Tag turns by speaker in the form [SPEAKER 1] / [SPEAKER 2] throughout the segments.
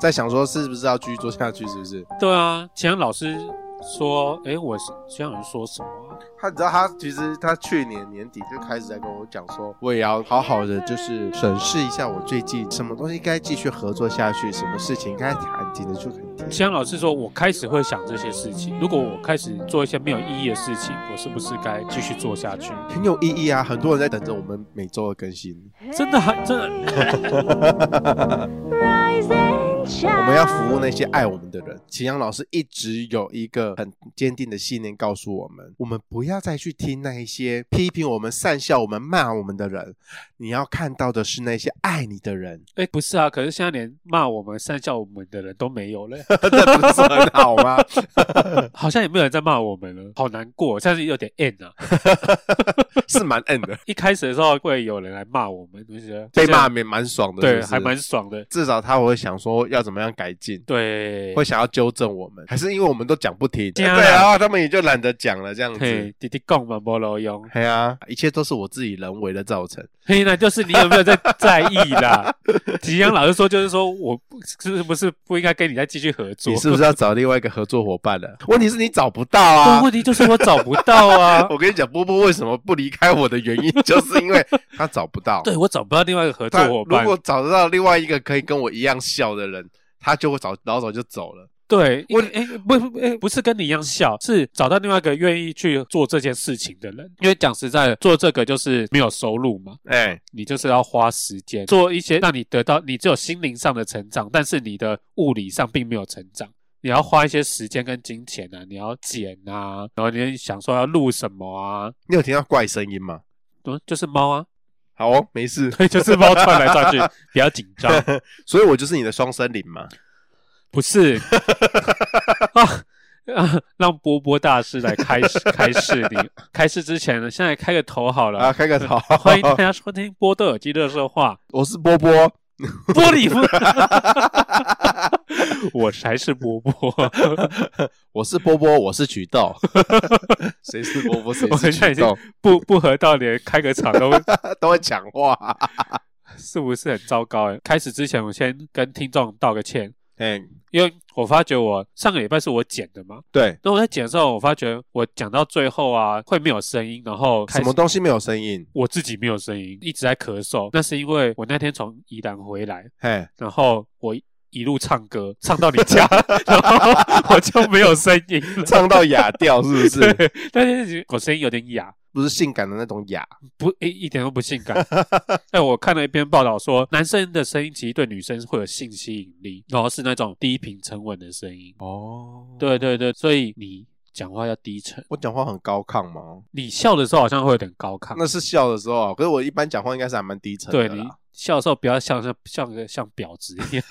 [SPEAKER 1] 在想说是不是要继续做下去，是不是？
[SPEAKER 2] 对啊，前老师说，诶，我是前老师说什么啊、
[SPEAKER 1] 他你知道他其实他去年年底就开始在跟我讲说，我也要好好的就是审视一下我最近什么东西该继续合作下去，什么事情该谈停的就很停。
[SPEAKER 2] 先老师说，我开始会想这些事情。如果我开始做一些没有意义的事情，我是不是该继续做下去？
[SPEAKER 1] 很有意义啊！很多人在等着我们每周的更新，
[SPEAKER 2] 真的还真的，
[SPEAKER 1] 我
[SPEAKER 3] 我
[SPEAKER 1] 们要服务那些爱我们的人。秦阳老师一直有一个很坚定的信念，告诉我们：我们不要再去听那一些批评我们、讪笑我们、骂我们的人，你要看到的是那些爱你的人。
[SPEAKER 2] 哎，不是啊。可是现在连骂我们、讪笑我们的人都没有了，
[SPEAKER 1] 那不是很好 吗？
[SPEAKER 2] 好像也没有人在骂我们了，好难过，像是有点 end 啊。
[SPEAKER 1] 是蛮摁的，
[SPEAKER 2] 一开始的时候会有人来骂我们，就觉得
[SPEAKER 1] 被骂也蛮爽的，是
[SPEAKER 2] 对，
[SPEAKER 1] 不是
[SPEAKER 2] 还蛮爽的。
[SPEAKER 1] 至少他会想说要怎么样改进，
[SPEAKER 2] 对，
[SPEAKER 1] 会想要纠正我们，还是因为我们都讲不停，对
[SPEAKER 2] 对啊
[SPEAKER 1] 啊，他们也就懒得讲了这样子。
[SPEAKER 2] 嘿，弟弟讲嘛，没路用。
[SPEAKER 1] 哎呀，一切都是我自己人为的造成。
[SPEAKER 2] 嘿，那就是你有没有在在意 啦？吉阳老师说，就是说我是不是不应该跟你再继续合作？
[SPEAKER 1] 你是不是要找另外一个合作伙伴 了？问题是你找不到
[SPEAKER 2] 但
[SPEAKER 1] 啊。。
[SPEAKER 2] 问题就是我找不到啊
[SPEAKER 1] 我跟你讲，波波为什么不离开我的原因，就是 因为他找不到。
[SPEAKER 2] 对，我找不到另外一个合作
[SPEAKER 1] 他
[SPEAKER 2] 伙
[SPEAKER 1] 如
[SPEAKER 2] 伴。
[SPEAKER 1] 果找得到另外一个可以跟我一样笑的人，他就会早老早就走了。
[SPEAKER 2] 对，
[SPEAKER 1] 我
[SPEAKER 2] 我哎、不不哎、不是跟你一样笑，是找到另外一个愿意去做这件事情的人。因为讲实在的，做这个就是没有收入嘛，
[SPEAKER 1] 哎、
[SPEAKER 2] 你就是要花时间做一些让你得到，你只有心灵上的成长，但是你的物理上并没有成长。你要花一些时间跟金钱啊，你要剪啊，然后你想说要录什么啊，
[SPEAKER 1] 你有听到怪声音吗？
[SPEAKER 2] 嗯，就是猫啊，
[SPEAKER 1] 好、哦，没事。
[SPEAKER 2] 对，就是猫窜来窜去，比较紧 张。
[SPEAKER 1] 所以我就是你的双生灵嘛。
[SPEAKER 2] 不是 啊啊！让波波大师来开始开示你。开示之前呢，先来开个头好了。
[SPEAKER 1] 啊，开个头，
[SPEAKER 2] 欢迎大家收听波豆耳机热色话，
[SPEAKER 1] 我是波波。
[SPEAKER 2] 波里夫，我才是波波。
[SPEAKER 1] 我是波波，我是曲豆， 谁是波波，谁
[SPEAKER 2] 我
[SPEAKER 1] 是
[SPEAKER 2] 很像已
[SPEAKER 1] 曲
[SPEAKER 2] 经
[SPEAKER 1] 豆，
[SPEAKER 2] 不不合道理，开个场都
[SPEAKER 1] 都会讲话。
[SPEAKER 2] 是不是很糟糕？哎，开始之前，我先跟听众道个歉，
[SPEAKER 1] 哎，
[SPEAKER 2] 因为我发觉我上个礼拜是我剪的嘛，
[SPEAKER 1] 对，
[SPEAKER 2] 那我在剪的时候，我发觉我讲到最后啊，会没有声音，然后开
[SPEAKER 1] 什
[SPEAKER 2] 始
[SPEAKER 1] 么东西没有声音？
[SPEAKER 2] 我自己没有声音，一直在咳嗽。那是因为我那天从宜兰回来，
[SPEAKER 1] 嘿，
[SPEAKER 2] 然后我一路唱歌，唱到你 家，然后我就没有声音了。
[SPEAKER 1] 唱到哑掉是不是？
[SPEAKER 2] 对，但是我声音有点哑，
[SPEAKER 1] 不是性感的那种哑，
[SPEAKER 2] 不一一点都不性感。 哎，我看了一篇报道说，男生的声音其实对女生会有性吸引力，然后是那种低频沉稳的声音。
[SPEAKER 1] 哦，
[SPEAKER 2] 对对对，所以你讲话要低沉，
[SPEAKER 1] 我讲话很高亢吗？
[SPEAKER 2] 你笑的时候好像会有点高亢。
[SPEAKER 1] 那是笑的时候啊，可是我一般讲话应该是还蛮低沉的
[SPEAKER 2] 对
[SPEAKER 1] 啦。
[SPEAKER 2] 你笑的时候不要像像像个像婊子一样。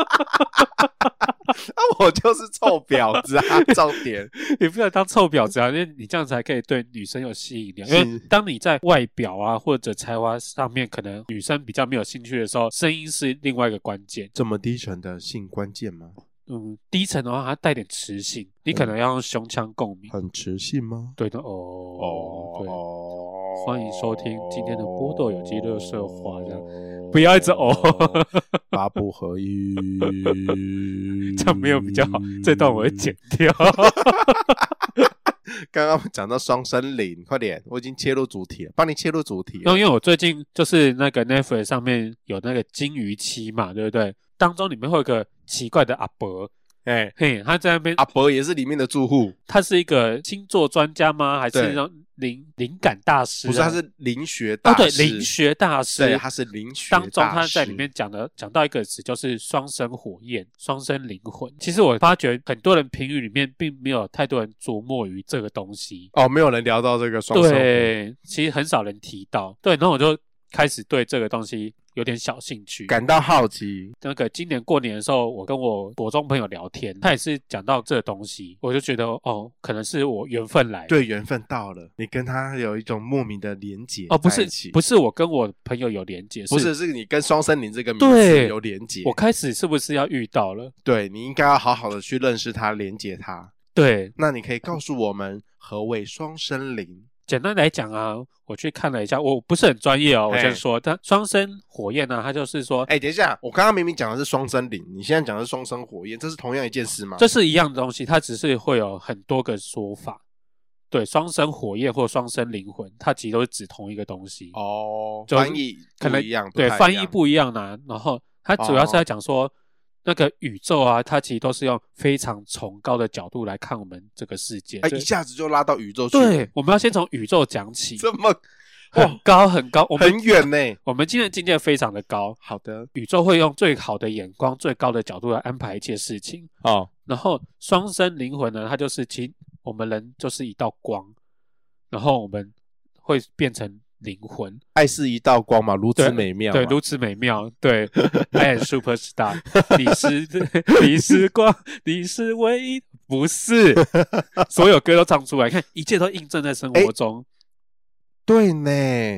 [SPEAKER 1] 啊，我就是臭婊子啊， 重点。
[SPEAKER 2] 你不要当臭婊子啊，因为你这样才可以对女生有吸引力啊。因
[SPEAKER 1] 是
[SPEAKER 2] 为当你在外表啊或者才华上面，可能女生比较没有兴趣的时候，声音是另外一个关键。
[SPEAKER 1] 这么低沉的性关键吗？
[SPEAKER 2] 嗯，低沉的话，它带点磁性，你
[SPEAKER 1] 嗯
[SPEAKER 2] 可能要用胸腔共鸣。
[SPEAKER 1] 很磁性吗？
[SPEAKER 2] 对的哦，对，
[SPEAKER 1] 哦
[SPEAKER 2] 欢迎收听今天的波豆有机乐色话这
[SPEAKER 1] 样
[SPEAKER 2] 不要一直 哦，
[SPEAKER 1] 八不合一，
[SPEAKER 2] 这样没有比较好。这段我会剪。掉。 嗯
[SPEAKER 1] 刚刚讲到双生灵，快点，我已经切入主题了，帮你切入主题
[SPEAKER 2] 然
[SPEAKER 1] 了。
[SPEAKER 2] 后因为我最近就是那个 Netflix 上面有那个金鱼期嘛，对不对？当中里面会有一个奇怪的阿伯，
[SPEAKER 1] 哎，
[SPEAKER 2] 嘿，他在那边
[SPEAKER 1] 阿伯也是里面的住户，
[SPEAKER 2] 他是一个星座专家吗？还是
[SPEAKER 1] 对
[SPEAKER 2] 那种灵灵感大师啊、
[SPEAKER 1] 不是，他是灵学
[SPEAKER 2] 哦，
[SPEAKER 1] 大
[SPEAKER 2] 对，
[SPEAKER 1] 师，
[SPEAKER 2] 灵学大
[SPEAKER 1] 对，
[SPEAKER 2] 师。
[SPEAKER 1] 他是灵学
[SPEAKER 2] 当中
[SPEAKER 1] 大
[SPEAKER 2] 他
[SPEAKER 1] 师
[SPEAKER 2] 在里面讲的讲到一个词，就是双生火焰、双生灵魂。其实我发觉很多人评语里面并没有太多人琢磨于这个东西，
[SPEAKER 1] 哦，没有人聊到这个双生火，
[SPEAKER 2] 对，其实很少人提到。对，然后我就开始对这个东西有点小兴趣。
[SPEAKER 1] 感到好奇，
[SPEAKER 2] 那个今年过年的时候，我跟我国中朋友聊天，他也是讲到这个东西，我就觉得哦，可能是我缘分来的。
[SPEAKER 1] 对，缘分到了，你跟他有一种莫名的连结
[SPEAKER 2] 哦，不
[SPEAKER 1] 在
[SPEAKER 2] 是
[SPEAKER 1] 一起，
[SPEAKER 2] 不是我跟我朋友有连接，
[SPEAKER 1] 不是，是你跟双生灵这个名字
[SPEAKER 2] 对
[SPEAKER 1] 有连结，
[SPEAKER 2] 我开始是不是要遇到了？
[SPEAKER 1] 对你应该要好好的去认识他，连接他。
[SPEAKER 2] 对，
[SPEAKER 1] 那你可以告诉我们何谓双生灵？
[SPEAKER 2] 简单来讲啊，我去看了一下，我不是很专业哦，我
[SPEAKER 1] 哎
[SPEAKER 2] 先说，但双生火焰呢、它就是说，
[SPEAKER 1] 哎、等一下，我刚刚明明讲的是双生灵，你现在讲的是双生火焰，这是同样一件事吗？
[SPEAKER 2] 这是一样的东西，它只是会有很多个说法。对，双生火焰或双生灵魂，它其实都是指同一个东西。
[SPEAKER 1] 哦，
[SPEAKER 2] 就是
[SPEAKER 1] 翻译不
[SPEAKER 2] 可能
[SPEAKER 1] 一样，
[SPEAKER 2] 对
[SPEAKER 1] 太
[SPEAKER 2] 翻
[SPEAKER 1] 一
[SPEAKER 2] 译
[SPEAKER 1] 样哦
[SPEAKER 2] 不一样啦、然后它主要是在讲说，那个宇宙啊，它其实都是用非常崇高的角度来看我们这个世界。
[SPEAKER 1] 哎、
[SPEAKER 2] 这
[SPEAKER 1] 一下子就拉到宇宙去，
[SPEAKER 2] 对，，我们要先从宇宙讲起，
[SPEAKER 1] 这么
[SPEAKER 2] 很高很高，我们
[SPEAKER 1] 很远呢、
[SPEAKER 2] 我们今天的境界非常的高，
[SPEAKER 1] 好的，
[SPEAKER 2] 宇宙会用最好的眼光、最高的角度来安排一切事情。
[SPEAKER 1] 哦，
[SPEAKER 2] 然后双生灵魂呢，它就是其实我们人就是一道光，然后我们会变成灵魂，
[SPEAKER 1] 爱是一道光嘛，如此
[SPEAKER 2] 对
[SPEAKER 1] 美妙嘛，
[SPEAKER 2] 对，如此美妙， 对，I am super star，你是你是光，你是唯一，不 是，所有歌都唱出来，看一切都印证在生活中，
[SPEAKER 1] 对呢，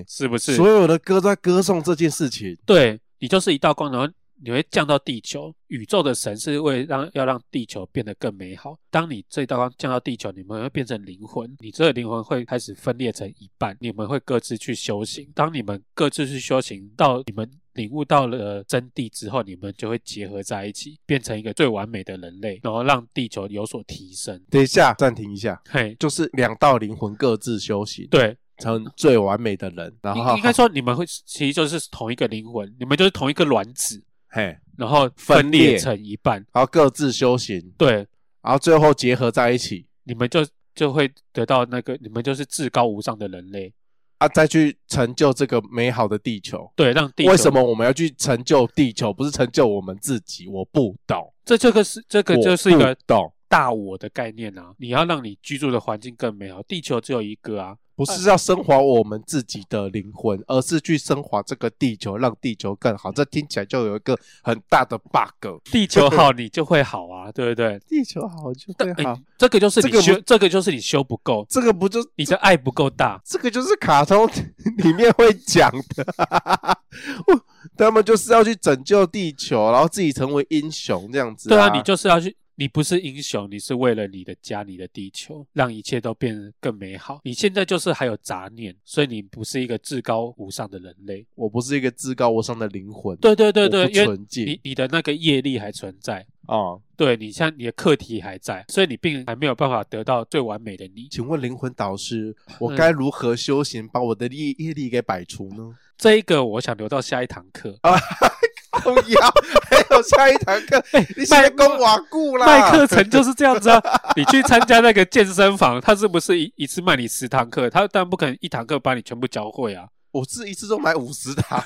[SPEAKER 2] 是不是？
[SPEAKER 1] 所有的歌都在歌颂这件事情，
[SPEAKER 2] 对你就是一道光，然后你会降到地球。宇宙的神是为让要让地球变得更美好。当你这一道光降到地球，你们会变成灵魂，你这个灵魂会开始分裂成一半，你们会各自去修行。当你们各自去修行，到你们领悟到了呃真谛之后，你们就会结合在一起，变成一个最完美的人类，然后让地球有所提升。
[SPEAKER 1] 等一下暂停一下，
[SPEAKER 2] 嘿，
[SPEAKER 1] 就是两道灵魂各自修行，，
[SPEAKER 2] 对，
[SPEAKER 1] 成最完美的人，然后
[SPEAKER 2] 应应该，说你们会其实就是同一个灵魂，你们就是同一个卵子，
[SPEAKER 1] 嘿，
[SPEAKER 2] 然后
[SPEAKER 1] 分
[SPEAKER 2] 分
[SPEAKER 1] 裂
[SPEAKER 2] 裂成一半。
[SPEAKER 1] 然后各自修行，
[SPEAKER 2] 对，
[SPEAKER 1] 然后最后结合在一起
[SPEAKER 2] 你们就就会得到那个，你们就是至高无上的人类，
[SPEAKER 1] 啊，再去成就这个美好的地球。
[SPEAKER 2] 对，让地球
[SPEAKER 1] 为什？么我们要去成就地球，不是成就我们自己？我不懂，
[SPEAKER 2] 这这个是这个
[SPEAKER 1] 我
[SPEAKER 2] 就是一个
[SPEAKER 1] 不懂，
[SPEAKER 2] 大我的概念啊！你要让你居住的环境更美好，地球只有一个啊，
[SPEAKER 1] 不是要升华我们自己的灵魂，而是去升华这个地球，让地球更好。这听起来就有一个很大的 bug。
[SPEAKER 2] 地球好你就会好 啊，对不对？
[SPEAKER 1] 地球好就会
[SPEAKER 2] 哎
[SPEAKER 1] 好，
[SPEAKER 2] 这个就是你
[SPEAKER 1] 这个不
[SPEAKER 2] 修，这个就是你修不够，
[SPEAKER 1] 这个不就
[SPEAKER 2] 你的爱不够大，
[SPEAKER 1] 这个就是卡通 里面会讲的， 我他们就是要去拯救地球，然后自己成为英雄这样子、
[SPEAKER 2] 对
[SPEAKER 1] 啊，
[SPEAKER 2] 啊，你就是要去，你不是英雄，你是为了你的家、你的地球，让一切都变得更美好。你现在就是还有杂念，所以你不是一个至高无上的人类。
[SPEAKER 1] 我不是一个至高无上的灵魂，
[SPEAKER 2] 对啊对对对，
[SPEAKER 1] 我不
[SPEAKER 2] 因为
[SPEAKER 1] 纯净
[SPEAKER 2] 你你的那个业力还存在，
[SPEAKER 1] 哦。
[SPEAKER 2] 对你像你的课题还在，所以你并还没有办法得到最完美的你。
[SPEAKER 1] 请问灵魂导师，我该如何修行把我的业业力给摆除 呢？
[SPEAKER 2] 这一个我想留到下一堂课。
[SPEAKER 1] 哦呀，还有下一堂课，你
[SPEAKER 2] 麦
[SPEAKER 1] 写功瓦固啦，
[SPEAKER 2] 哎卖课程就是这样子啊！你去参加那个健身房，他是不是一一次卖你十堂课？他当然不可能一堂课把你全部教会啊！
[SPEAKER 1] 我是一次都买五十堂，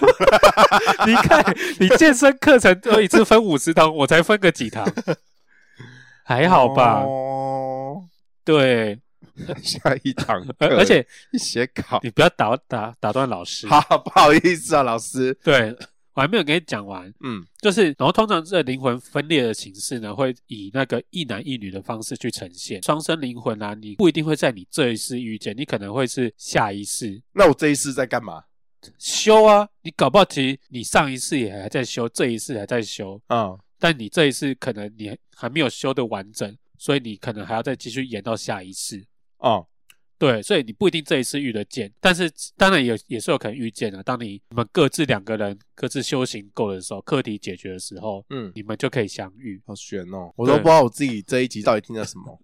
[SPEAKER 2] 你看，你健身课程都一次分五十堂，我才分个几堂，还好吧？
[SPEAKER 1] 哦，
[SPEAKER 2] 对，
[SPEAKER 1] 下一堂课，
[SPEAKER 2] 而而且
[SPEAKER 1] 写稿，
[SPEAKER 2] 你不要打打打断老师。
[SPEAKER 1] 好不好意思啊，老师，
[SPEAKER 2] 对我还没有跟你讲完。
[SPEAKER 1] 嗯。
[SPEAKER 2] 就是，然后通常这灵魂分裂的形式呢，会以那个一男一女的方式去呈现。双生灵魂啊，你不一定会在你这一世遇见，你可能会是下一世
[SPEAKER 1] 那我这一世在干嘛？
[SPEAKER 2] 修啊。你搞不好其实你上一世也还在修，这一世还在修，
[SPEAKER 1] 嗯，
[SPEAKER 2] 但你这一世可能你还没有修的完整，所以你可能还要再继续延到下一世。
[SPEAKER 1] 哦，
[SPEAKER 2] 对，所以你不一定这一次遇得见，但是当然也也是有可能遇见的。当你你们各自两个人各自修行够的时候，课题解决的时候，
[SPEAKER 1] 嗯，
[SPEAKER 2] 你们就可以相遇。
[SPEAKER 1] 好悬哦！我都
[SPEAKER 2] 对
[SPEAKER 1] 不知道我自己这一集到底听了什么。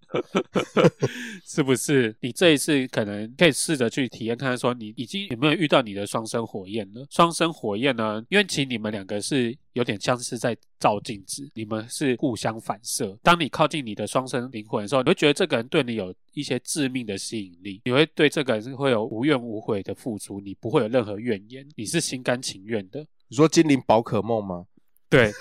[SPEAKER 2] 是不是？你这一次可能可以试着去体验看看，说你已经有没有遇到你的双生火焰了？双生火焰呢？因为其实你们两个是有点像是在照镜子，你们是互相反射。当你靠近你的双生灵魂的时候，你会觉得这个人对你有一些致命的吸引力，你会对这个人会有无怨无悔的付出，你不会有任何怨言，你是心甘情愿的。
[SPEAKER 1] 你说精灵宝可梦吗？
[SPEAKER 2] 对，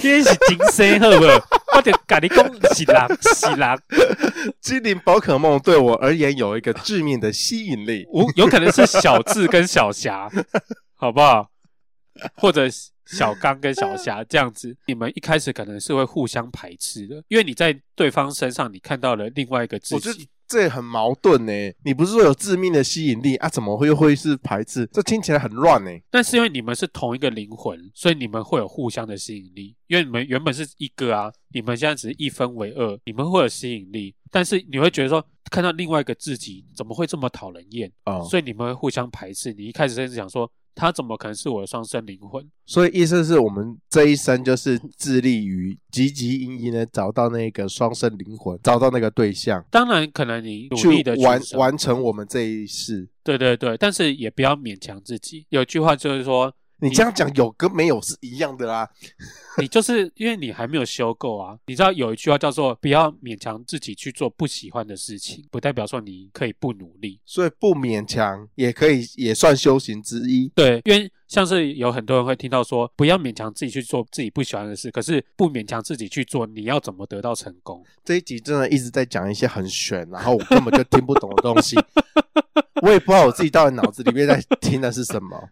[SPEAKER 2] 天是金生，好不好？我就跟你讲，是狼，是狼。
[SPEAKER 1] 精灵宝可梦对我而言有一个致命的吸引力。
[SPEAKER 2] 无有可能是小智跟小霞，好不好？或者小刚跟小霞这样子，你们一开始可能是会互相排斥的，因为你在对方身上你看到了另外一个自
[SPEAKER 1] 我觉得
[SPEAKER 2] 己。
[SPEAKER 1] 这很矛盾呢、你不是说有致命的吸引力啊？怎么会又会是排斥？这听起来很乱呢、
[SPEAKER 2] 但是因为你们是同一个灵魂，所以你们会有互相的吸引力。因为你们原本是一个啊，你们现在只是一分为二，你们会有吸引力。但是你会觉得说，看到另外一个自己怎么会这么讨人厌，
[SPEAKER 1] 哦，
[SPEAKER 2] 所以你们会互相排斥。你一开始甚至想说，他怎么可能是我的双生灵魂？
[SPEAKER 1] 所以意思是我们这一生就是致力于汲汲营营的找到那个双生灵魂，找到那个对象，
[SPEAKER 2] 当然，可能你努力
[SPEAKER 1] 去
[SPEAKER 2] 的
[SPEAKER 1] 完完成我们这一世。
[SPEAKER 2] 对对对，但是也不要勉强自己。有句话就是说，
[SPEAKER 1] 你这样讲有跟没有是一样的啊啦。
[SPEAKER 2] 你就是因为你还没有修够啊。你知道有一句话叫做“不要勉强自己去做不喜欢的事情”，不代表说你可以不努力。
[SPEAKER 1] 所以不勉强也可以，也算修行之一。
[SPEAKER 2] 对，因为像是有很多人会听到说，不要勉强自己去做自己不喜欢的事，可是不勉强自己去做，你要怎么得到成功？
[SPEAKER 1] 这一集真的一直在讲一些很玄，然后我根本就听不懂的 东西，我也不知道我自己到底脑子里面在听的是什么。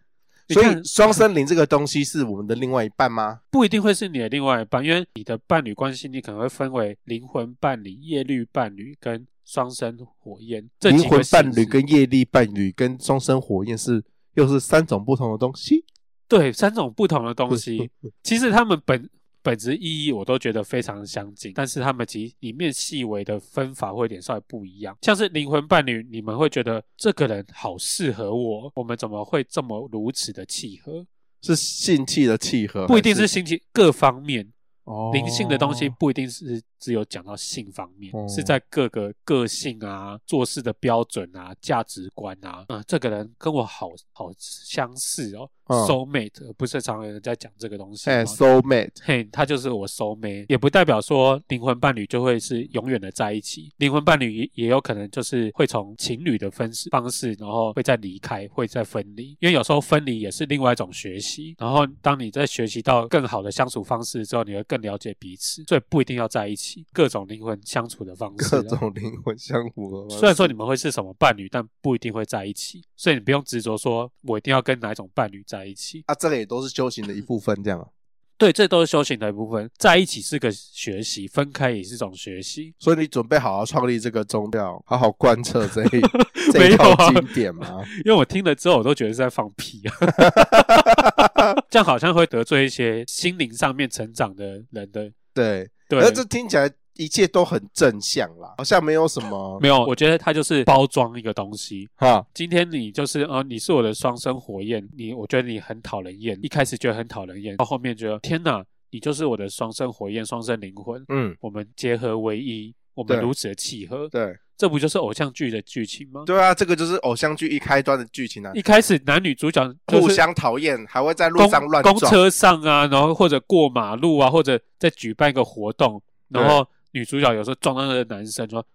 [SPEAKER 2] 你
[SPEAKER 1] 所
[SPEAKER 2] 看
[SPEAKER 1] 以双生灵这个东西是我们的另外一半吗？
[SPEAKER 2] 不一定会是你的另外一半，因为你的伴侣关系，你可能会分为灵魂伴侣、业律伴侣跟双生火焰这
[SPEAKER 1] 灵
[SPEAKER 2] 几个
[SPEAKER 1] 魂伴侣
[SPEAKER 2] 形式
[SPEAKER 1] 跟业力伴侣跟终身火焰是又是三种不同的东西。
[SPEAKER 2] 对三种不同的东西，其实他们本本质意义我都觉得非常相近，但是他们其实里面细微的分法会有点稍微不一样。像是灵魂伴侣，你们会觉得这个人好适合我，我们怎么会这么如此的契合？
[SPEAKER 1] 是性气的契合，
[SPEAKER 2] 不一定是
[SPEAKER 1] 还
[SPEAKER 2] 心情各方面，
[SPEAKER 1] 哦
[SPEAKER 2] 灵性的东西不一定是只有讲到性方面，
[SPEAKER 1] 哦
[SPEAKER 2] 是在各个个性啊、做事的标准啊、价值观啊，啊、这个人跟我好好相似哦、
[SPEAKER 1] 嗯
[SPEAKER 2] s o u l mate，呃不是常有人在讲这个东西吗哦
[SPEAKER 1] 哎，soul mate
[SPEAKER 2] 嘿，他就是我 soul mate，也不代表说灵魂伴侣就会是永远的在一起，灵魂伴侣也也有可能就是会从情侣的分式方式，然后会再离开，会再分离，因为有时候分离也是另外一种学习。然后当你在学习到更好的相处方式之后，你会更了解彼此，所以不一定要在一起，各种灵魂相处的方式啊、
[SPEAKER 1] 各种灵魂相符合吗。
[SPEAKER 2] 虽然说你们会是什么伴侣，但不一定会在一起，所以你不用执着说我一定要跟哪一种伴侣在一起。
[SPEAKER 1] 啊，这个也都是修行的一部分，这样啊。
[SPEAKER 2] 对，这都是修行的一部分。在一起是个学习，分开也是一种学习。
[SPEAKER 1] 所以你准备好好创立这个宗教，好好贯彻这 一这
[SPEAKER 2] 没
[SPEAKER 1] 一
[SPEAKER 2] 有
[SPEAKER 1] 套
[SPEAKER 2] 啊
[SPEAKER 1] 经典 吗？
[SPEAKER 2] 因为我听了之后，我都觉得是在放屁啊， 这样好像会得罪一些心灵上面成长的人的。
[SPEAKER 1] 对，
[SPEAKER 2] 对
[SPEAKER 1] 那，这听起来一切都很正向啦，好像没有什么
[SPEAKER 2] 没有，我觉得它就是包装一个东西。
[SPEAKER 1] 哈。
[SPEAKER 2] 今天你就是呃，你是我的双生火焰，你我觉得你很讨人厌，一开始觉得很讨人厌，到后面觉得天哪，你就是我的双生火焰、双生灵魂，
[SPEAKER 1] 嗯，
[SPEAKER 2] 我们结合为一，我
[SPEAKER 1] 对
[SPEAKER 2] 们如此的契合，
[SPEAKER 1] 对，
[SPEAKER 2] 这不就是偶像剧的剧情吗？
[SPEAKER 1] 对啊，这个就是偶像剧一开端的剧情啊，
[SPEAKER 2] 一开始男女主角就是
[SPEAKER 1] 互相讨厌，还会在路
[SPEAKER 2] 公
[SPEAKER 1] 上乱
[SPEAKER 2] 公
[SPEAKER 1] 撞。
[SPEAKER 2] 车上啊，然后或者过马路啊，或者在举办一个活动，然后女主角有时候撞到那个男生说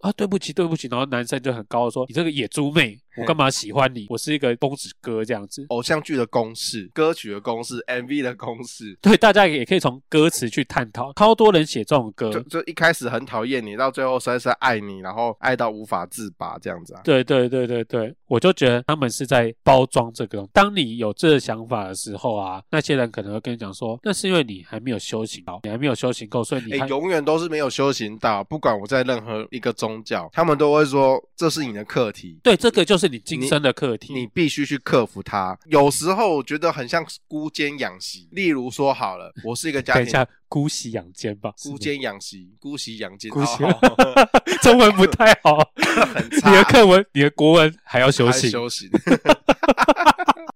[SPEAKER 2] 啊对不起对不起，然后男生就很高的说你这个野猪妹，我干嘛喜欢你？我是一个公子哥这样子。
[SPEAKER 1] 偶像剧的公式、歌曲的公式、MV 的公式，
[SPEAKER 2] 对，大家也可以从歌词去探讨，超多人写这种歌
[SPEAKER 1] 就，就一开始很讨厌你，到最后深深爱你，然后爱到无法自拔这样子啊。
[SPEAKER 2] 对对对对对，我就觉得他们是在包装这个东西。当你有这个想法的时候啊，那些人可能会跟你讲说，那是因为你还没有修行好，你还没有修行够，所以你
[SPEAKER 1] 哎、
[SPEAKER 2] 还
[SPEAKER 1] 永远都是没有修行到，不管我在任何一个宗教，他们都会说这是你的课题，
[SPEAKER 2] 对这个就是你今
[SPEAKER 1] 你
[SPEAKER 2] 生的课题。
[SPEAKER 1] 你必须去克服它。有时候我觉得很像孤坚养媳，例如说好了，我是一个家
[SPEAKER 2] 等一
[SPEAKER 1] 庭
[SPEAKER 2] 下，姑息养奸吧，
[SPEAKER 1] 孤
[SPEAKER 2] 奸，
[SPEAKER 1] 坚 养媳，姑息养奸，
[SPEAKER 2] 姑息
[SPEAKER 1] 好好好
[SPEAKER 2] 中文不太好，
[SPEAKER 1] 很
[SPEAKER 2] 你
[SPEAKER 1] 差。
[SPEAKER 2] 的课文，你的国文还要修
[SPEAKER 1] 还
[SPEAKER 2] 行，
[SPEAKER 1] 修行。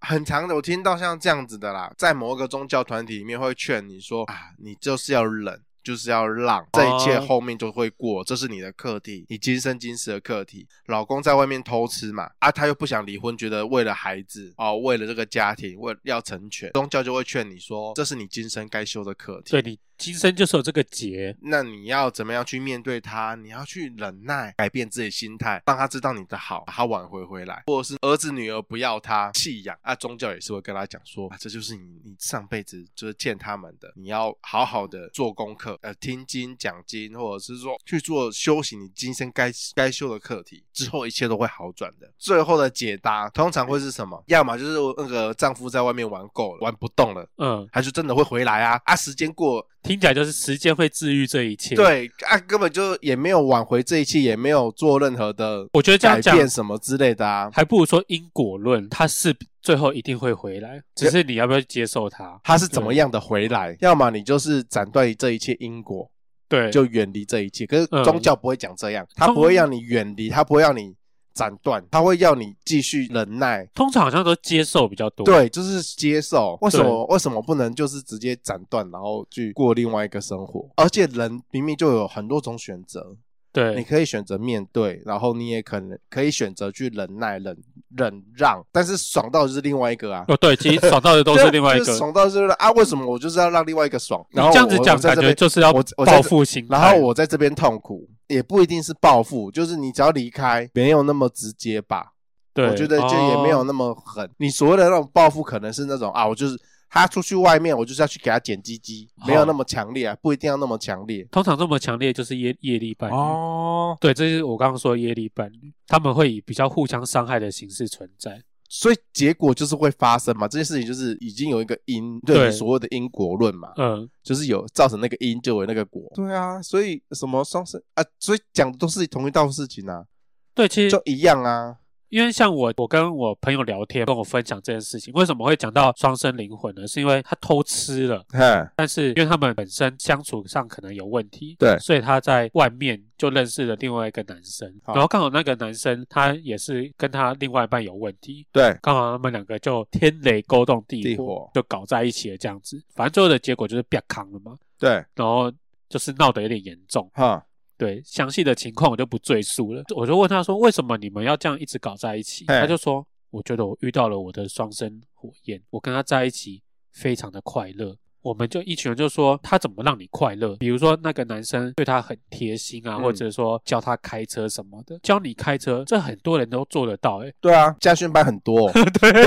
[SPEAKER 1] 很常的，我听到像这样子的啦，在某一个宗教团体里面会劝你说啊，你就是要忍，就是要让，这一切后面就会过，这是你的课题，你今生今世的课题。老公在外面偷吃嘛，啊，他又不想离婚，觉得为了孩子哦，为了这个家庭，为要成全，宗教就会劝你说，这是你今生该修的课题。
[SPEAKER 2] 对你今生就是有这个结。
[SPEAKER 1] 那你要怎么样去面对它？你要去忍耐，改变自己的心态，让他知道你的好，把他挽回回来，或者是儿子女儿不要他弃养啊。宗教也是会跟他讲说，啊，这就是你你上辈子就是欠他们的，你要好好的做功课，呃，听经讲经，或者是说去做修行，你今生该该修的课题，之后一切都会好转的。最后的解答通常会是什么？要么就是那个丈夫在外面玩够了，玩不动了。
[SPEAKER 2] 嗯，
[SPEAKER 1] 他就真的会回来啊啊！时间过了
[SPEAKER 2] 听起来就是时间会治愈这一切。，
[SPEAKER 1] 对啊，根本就也没有挽回这一期，也没有做任何的
[SPEAKER 2] 我觉得这
[SPEAKER 1] 改
[SPEAKER 2] 样讲
[SPEAKER 1] 变什么之类的啊。
[SPEAKER 2] 还不如说因果论，它是最后一定会回来，只是你要不要接受它。
[SPEAKER 1] 他是怎么样的回来？要么你就是斩断这一切因果，
[SPEAKER 2] 对，
[SPEAKER 1] 就远离这一切。可是
[SPEAKER 2] 嗯
[SPEAKER 1] 宗教不会讲这样，他
[SPEAKER 2] 宗
[SPEAKER 1] 不会让你远离，他不会让你斩断，他会要你继续忍耐。
[SPEAKER 2] 通常好像都接受比较多。，
[SPEAKER 1] 对，就是接受。为什
[SPEAKER 2] 对
[SPEAKER 1] 么为什么不能就是直接斩断，然后去过另外一个生活？而且人明明就有很多种选择，你
[SPEAKER 2] 对，
[SPEAKER 1] 可以选择面对，然后你也可能可以选择去忍耐、忍忍让，但是爽到就是另外一个啊。
[SPEAKER 2] 哦，对，其实爽到的都
[SPEAKER 1] 就是
[SPEAKER 2] 另外一
[SPEAKER 1] 就
[SPEAKER 2] 个。
[SPEAKER 1] 爽到就是啊，为什么我就是要让另外一个爽？
[SPEAKER 2] 你
[SPEAKER 1] 然后
[SPEAKER 2] 这样
[SPEAKER 1] 我
[SPEAKER 2] 子
[SPEAKER 1] 我
[SPEAKER 2] 讲，
[SPEAKER 1] 在
[SPEAKER 2] 感
[SPEAKER 1] 这
[SPEAKER 2] 觉
[SPEAKER 1] 边
[SPEAKER 2] 就是要
[SPEAKER 1] 我我在这
[SPEAKER 2] 报复心态。
[SPEAKER 1] 然后我在这边痛苦，也不一定是报复，就是你只要离开，没有那么直接吧。
[SPEAKER 2] 对，哦
[SPEAKER 1] 我觉得就也没有那么狠。你所谓的那种报复，可能是那种啊，我就是他出去外面，我就是要去给他剪鸡鸡，没
[SPEAKER 2] 哦
[SPEAKER 1] 有那么强烈啊，不一定要那么强烈。
[SPEAKER 2] 通常这么强烈就是业业力伴侣。
[SPEAKER 1] 哦，
[SPEAKER 2] 对，这是我刚刚说的业力伴侣，他们会以比较互相伤害的形式存在。
[SPEAKER 1] 所以结果就是会发生嘛，这件事情就是已经有一个因，对
[SPEAKER 2] 对
[SPEAKER 1] 你所谓的因果论嘛，
[SPEAKER 2] 嗯，
[SPEAKER 1] 就是有造成那个因就有那个果。对啊，所以什么双生啊，所以讲的都是同一道事情啊，
[SPEAKER 2] 对，其实
[SPEAKER 1] 就一样啊。
[SPEAKER 2] 因为像我，我跟我朋友聊天，跟我分享这件事情，为什么会讲到双生灵魂呢？是因为他偷吃了，
[SPEAKER 1] 哼，
[SPEAKER 2] 但是因为他们本身相处上可能有问题，
[SPEAKER 1] 对
[SPEAKER 2] 所以他在外面就认识了另外一个男生，
[SPEAKER 1] 好
[SPEAKER 2] 然后刚好那个男生他也是跟他另外一半有问题，
[SPEAKER 1] 对，
[SPEAKER 2] 刚好他们两个就天雷勾动地火，
[SPEAKER 1] 地火
[SPEAKER 2] 就搞在一起了这样子，反正最后的结果就是啪康了嘛，
[SPEAKER 1] 对，
[SPEAKER 2] 然后就是闹得有点严重，
[SPEAKER 1] 哈，
[SPEAKER 2] 对详细的情况我就不赘述了，我就问他说为什么你们要这样一直搞在一起，
[SPEAKER 1] 嘿
[SPEAKER 2] 他就说我觉得我遇到了我的双生火焰，我跟他在一起非常的快乐。我们就一群人就说他怎么让你快乐？比如说那个男生对他很贴心啊，
[SPEAKER 1] 嗯
[SPEAKER 2] 或者说教他开车什么的，教你开车，这很多人都做得到哎、
[SPEAKER 1] 对啊，家训班很 多哦、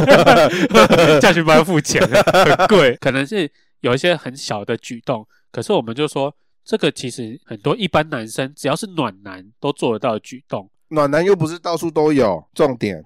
[SPEAKER 2] 对，驾训班要付 钱，很贵，可能是有一些很小的举动，可是我们就说，这个其实很多一般男生只要是暖男都做得到的举动，
[SPEAKER 1] 暖男又不是到处都有，重点，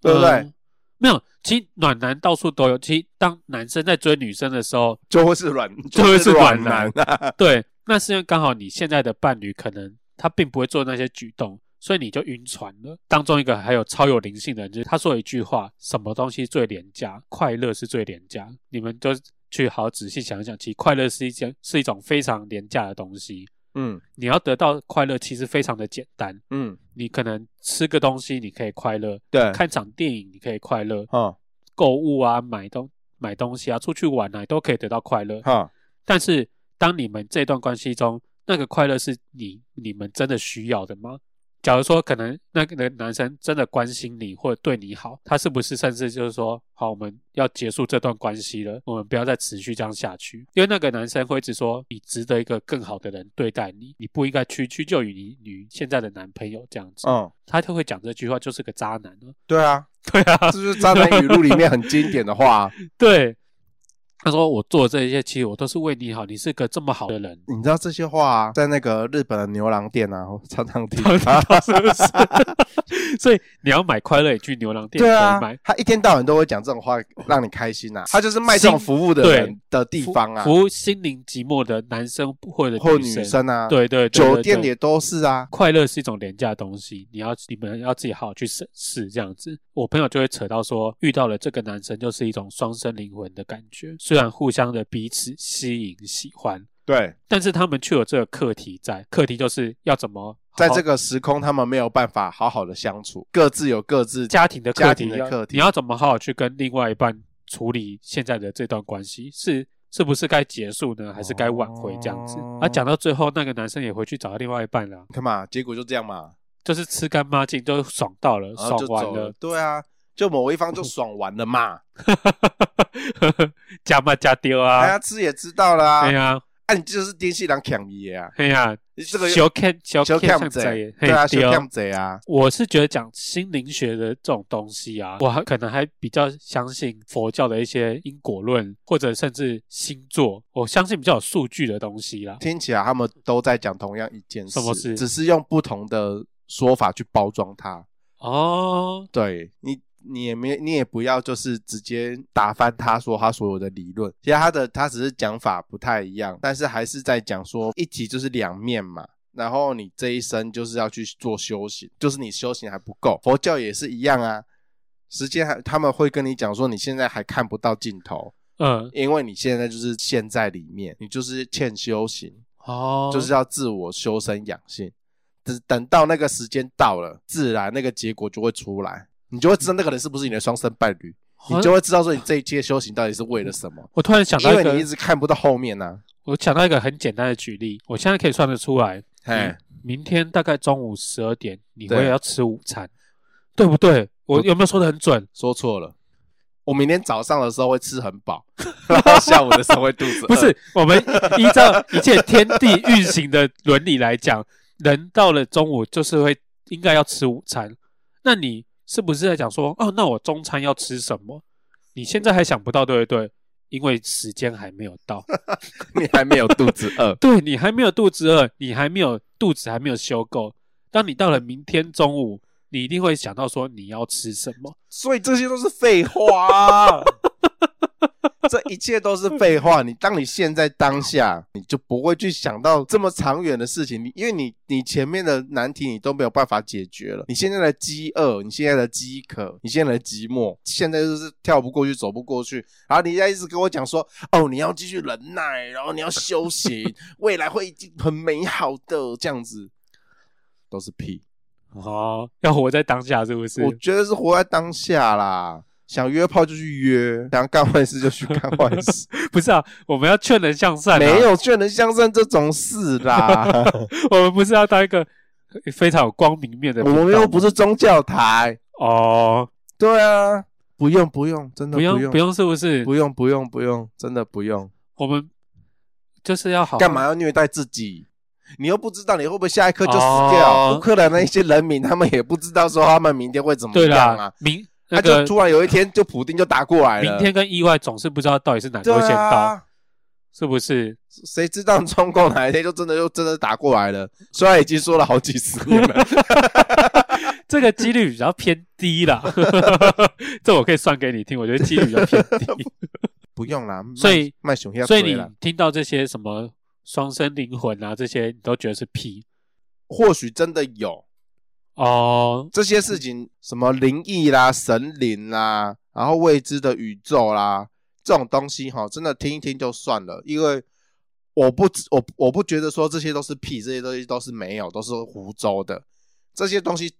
[SPEAKER 1] 对不对？
[SPEAKER 2] 嗯没有，其实暖男到处都有。其实当男生在追女生的时候，
[SPEAKER 1] 就会是 软，
[SPEAKER 2] 就会是
[SPEAKER 1] 软
[SPEAKER 2] 软
[SPEAKER 1] 男
[SPEAKER 2] 男
[SPEAKER 1] 啊。
[SPEAKER 2] 对，那是因为刚好你现在的伴侣可能他并不会做那些举动，所以你就晕船了。当中一个还有超有灵性的人，就是他说一句话：什么东西最廉价？快乐是最廉价。你们就去好好仔细想一想，其实快乐是一件是一种非常廉价的东西。
[SPEAKER 1] 嗯
[SPEAKER 2] 你要得到快乐，其实非常的简单。
[SPEAKER 1] 嗯，
[SPEAKER 2] 你可能吃个东西，你可以快乐；
[SPEAKER 1] 对，
[SPEAKER 2] 看场电影，你可以快乐；
[SPEAKER 1] 哈
[SPEAKER 2] 购物啊，买东买东西啊，出去玩啊，都可以得到快乐。
[SPEAKER 1] 哈，
[SPEAKER 2] 但是当你们这段关系中，那个快乐是你你们真的需要的吗？假如说可能那个男生真的关心你或者对你好，他是不是甚至就是说，好，我们要结束这段关系了，我们不要再持续这样下去？因为那个男生会一直说，你值得一个更好的人对待你，你不应该屈屈就于你你现在的男朋友这样子。
[SPEAKER 1] 嗯，
[SPEAKER 2] 他就会讲这句话，就是个渣男了。
[SPEAKER 1] 对啊，
[SPEAKER 2] 对啊
[SPEAKER 1] 这，就是渣男语录里面很经典的话啊。
[SPEAKER 2] 对。他说：“我做这些，其实我都是为你好。你是个这么好的人，
[SPEAKER 1] 你知道这些话啊，在那个日本的牛郎店啊，我常常听。
[SPEAKER 2] 是不是？ 所以你要买快乐也去牛郎店可
[SPEAKER 1] 对啊
[SPEAKER 2] 以买，
[SPEAKER 1] 他一天到晚都会讲这种话，让你开心啊。他就是卖这种
[SPEAKER 2] 心
[SPEAKER 1] 服务的
[SPEAKER 2] 对
[SPEAKER 1] 人的地方啊，
[SPEAKER 2] 服服务心灵寂寞的男生或者
[SPEAKER 1] 或
[SPEAKER 2] 女
[SPEAKER 1] 女，生啊，，
[SPEAKER 2] 对对，对
[SPEAKER 1] 酒
[SPEAKER 2] 对
[SPEAKER 1] 店
[SPEAKER 2] 对
[SPEAKER 1] 也都是啊。
[SPEAKER 2] 快乐是一种廉价的东西，你要你们要自己好好去审视这样子。我朋友就会扯到说，遇到了这个男生就是一种双生灵魂的感觉，虽然互相的彼此吸引喜欢，
[SPEAKER 1] 对，
[SPEAKER 2] 但是他们却有这个课题在，课题就是要怎么
[SPEAKER 1] 在
[SPEAKER 2] 好好
[SPEAKER 1] 这个时空，他们没有办法好好的相处，各自有各自
[SPEAKER 2] 家庭的
[SPEAKER 1] 家
[SPEAKER 2] 课
[SPEAKER 1] 庭
[SPEAKER 2] 题
[SPEAKER 1] 的
[SPEAKER 2] 要，
[SPEAKER 1] 课题
[SPEAKER 2] 你要怎么好好去跟另外一半处理现在的这段关系？是是不是该结束呢？还是该挽回这样子？
[SPEAKER 1] 哦
[SPEAKER 2] 啊，讲到最后，那个男生也回去找他另外一半了，
[SPEAKER 1] 看嘛，结果就这样嘛。
[SPEAKER 2] 就是吃干抹净，就爽到了，
[SPEAKER 1] 然后
[SPEAKER 2] 爽
[SPEAKER 1] 就
[SPEAKER 2] 完
[SPEAKER 1] 走了。对啊，就某一方就爽完了嘛，
[SPEAKER 2] 了， 加嘛加丢
[SPEAKER 1] 大
[SPEAKER 2] 啊
[SPEAKER 1] 家，哎吃也知道了
[SPEAKER 2] 哎
[SPEAKER 1] 啊。
[SPEAKER 2] 呀
[SPEAKER 1] 啊，你就是丁细郎抢爷啊，
[SPEAKER 2] 哎呀，
[SPEAKER 1] 你这个
[SPEAKER 2] 小看小
[SPEAKER 1] 小
[SPEAKER 2] 看
[SPEAKER 1] 抢
[SPEAKER 2] 上
[SPEAKER 1] 贼
[SPEAKER 2] 贼，，
[SPEAKER 1] 对啊，小
[SPEAKER 2] 嘿丢
[SPEAKER 1] 抢贼啊，
[SPEAKER 2] 我是觉得讲心灵学的这种东西啊，我还可能还比较相信佛教的一些因果论，或者甚至星座，我相信比较有数据的东西啦。
[SPEAKER 1] 听起来他们都在讲同样一件事，
[SPEAKER 2] 什么事
[SPEAKER 1] 只是用不同的说法去包装它。
[SPEAKER 2] 哦，
[SPEAKER 1] 对你，你也没，你也不要就是直接打翻他说他所有的理论，其实他的他只是讲法不太一样，但是还是在讲说一体就是两面嘛。然后你这一生就是要去做修行，就是你修行还不够，佛教也是一样啊。时间还他们会跟你讲说你现在还看不到尽头，
[SPEAKER 2] 嗯，
[SPEAKER 1] 因为你现在就是陷在里面，你就是欠修行。
[SPEAKER 2] 哦，
[SPEAKER 1] 就是要自我修身养性。等等到那个时间到了，自然那个结果就会出来，你就会知道那个人是不是你的双生伴侣，你就会知道说你这一切修行到底是为了什么，
[SPEAKER 2] 哦我突然想到
[SPEAKER 1] 因
[SPEAKER 2] 一
[SPEAKER 1] 为你一
[SPEAKER 2] 个，
[SPEAKER 1] 直看不到后面呢、
[SPEAKER 2] 我想到一个很简单的举例，我现在可以算得出来。
[SPEAKER 1] 哎，
[SPEAKER 2] 明明天大概中午十二点，你会
[SPEAKER 1] 对
[SPEAKER 2] 要吃午餐，对不对？我
[SPEAKER 1] 我
[SPEAKER 2] 有没有说的很准？
[SPEAKER 1] 说错了。我明天早上的时候会吃很饱， 然后下午的时候会肚子饿
[SPEAKER 2] 不是，我们依照一切天地运行的伦理来讲，人到了中午就是会应该要吃午餐。那你是不是在讲说，哦，那我中餐要吃什么？你现在还想不到，对不对？因为时间还没有到，，
[SPEAKER 1] 你还没有肚子饿
[SPEAKER 2] 对你还没有肚子饿，你还没有肚子还没有修够。当你到了明天中午，你一定会想到说你要吃什么。
[SPEAKER 1] 所以这些都是废话、啊，这一切都是废话。你当你现在当下，你就不会去想到这么长远的事情，你因为你你前面的难题你都没有办法解决了，你现在的饥饿，你现在的饥渴，你现在的寂寞，现在就是跳不过去，走不过去。然后你在一直跟我讲说，哦，你要继续忍耐，然后你要修行，未来会很美好的，这样子都是屁。
[SPEAKER 2] 哦，要活在当下，是不是？
[SPEAKER 1] 我觉得是活在当下啦。想约炮就去约，想干坏事就去干坏 事，
[SPEAKER 2] 不是啊，我们要劝人向善、啊。
[SPEAKER 1] 没有劝人向善这种事 啦。
[SPEAKER 2] 我们不是要当一个非常有光明面的
[SPEAKER 1] 我
[SPEAKER 2] 频道吗？
[SPEAKER 1] 们又不是宗教台。
[SPEAKER 2] 哦，
[SPEAKER 1] 对啊，不用不用，真的
[SPEAKER 2] 不用
[SPEAKER 1] 用
[SPEAKER 2] 不用，是不是？
[SPEAKER 1] 不用不用不用，真的不用。
[SPEAKER 2] 我们就是要好好
[SPEAKER 1] 干嘛？要虐待自己？你又不知道你会不会下一刻就死掉。
[SPEAKER 2] 哦
[SPEAKER 1] 乌克兰那一些人民，他们也不知道说他们明天会怎么
[SPEAKER 2] 对
[SPEAKER 1] 样
[SPEAKER 2] 啦
[SPEAKER 1] 啊。，
[SPEAKER 2] 明
[SPEAKER 1] 他
[SPEAKER 2] 那
[SPEAKER 1] 就
[SPEAKER 2] 个
[SPEAKER 1] 突然有一天，就普丁就打过来了。
[SPEAKER 2] 明天跟意外总是不知道到底是哪个
[SPEAKER 1] 对
[SPEAKER 2] 会先到，
[SPEAKER 1] 啊，
[SPEAKER 2] 是不是？
[SPEAKER 1] 谁知道中共哪一天就真的就真的打过来了？虽然已经说了好几十年了，
[SPEAKER 2] 这个几率比较偏低 啦，这我可以算给你听，我觉得几率比较偏低。
[SPEAKER 1] 不用啦。
[SPEAKER 2] 所以
[SPEAKER 1] 卖熊要
[SPEAKER 2] 所以
[SPEAKER 1] 追
[SPEAKER 2] 你
[SPEAKER 1] 啦
[SPEAKER 2] 听到这些什么双生灵魂啊这些，你都觉得是屁
[SPEAKER 1] 或许真的有
[SPEAKER 2] 哦。
[SPEAKER 1] 这些事情，什么灵异啦、神灵啦，然后未知的宇宙啦，这种东西哈，真的听一听就算了，因为我不知我我不觉得说这些都是屁，这些东西都是没有，都是胡诌的，这些东西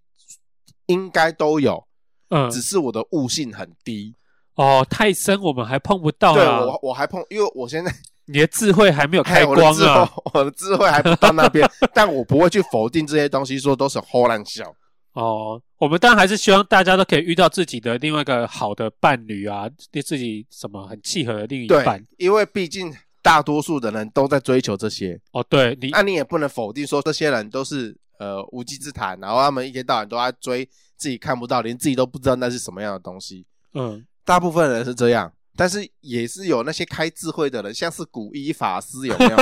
[SPEAKER 1] 应该都有，
[SPEAKER 2] 嗯，
[SPEAKER 1] 只是我的悟性很低。
[SPEAKER 2] 哦，太深我们还碰不到
[SPEAKER 1] 对
[SPEAKER 2] 啦
[SPEAKER 1] 我，我还碰，因为我现在。
[SPEAKER 2] 你的智慧还没 有开
[SPEAKER 1] 嘿我的
[SPEAKER 2] 光
[SPEAKER 1] 智
[SPEAKER 2] 啊。
[SPEAKER 1] 慧， 我的智慧还不到那 边，但我不会去否定这些东西，说都是胡乱笑。
[SPEAKER 2] 哦，我们当然还是希望大家都可以遇到自己的另外一个好的伴侣啊，对自己什么很契合的另一
[SPEAKER 1] 对
[SPEAKER 2] 半。，
[SPEAKER 1] 因为毕竟大多数的人都在追求这些，
[SPEAKER 2] 哦，对你
[SPEAKER 1] 那、你也不能否定说这些人都是呃无稽之谈，然后他们一天到晚都在追自己看不到，连自己都不知道那是什么样的东西。
[SPEAKER 2] 嗯，
[SPEAKER 1] 大部分人是这样，但是也是有那些开智慧的人，像是古一法师有没 有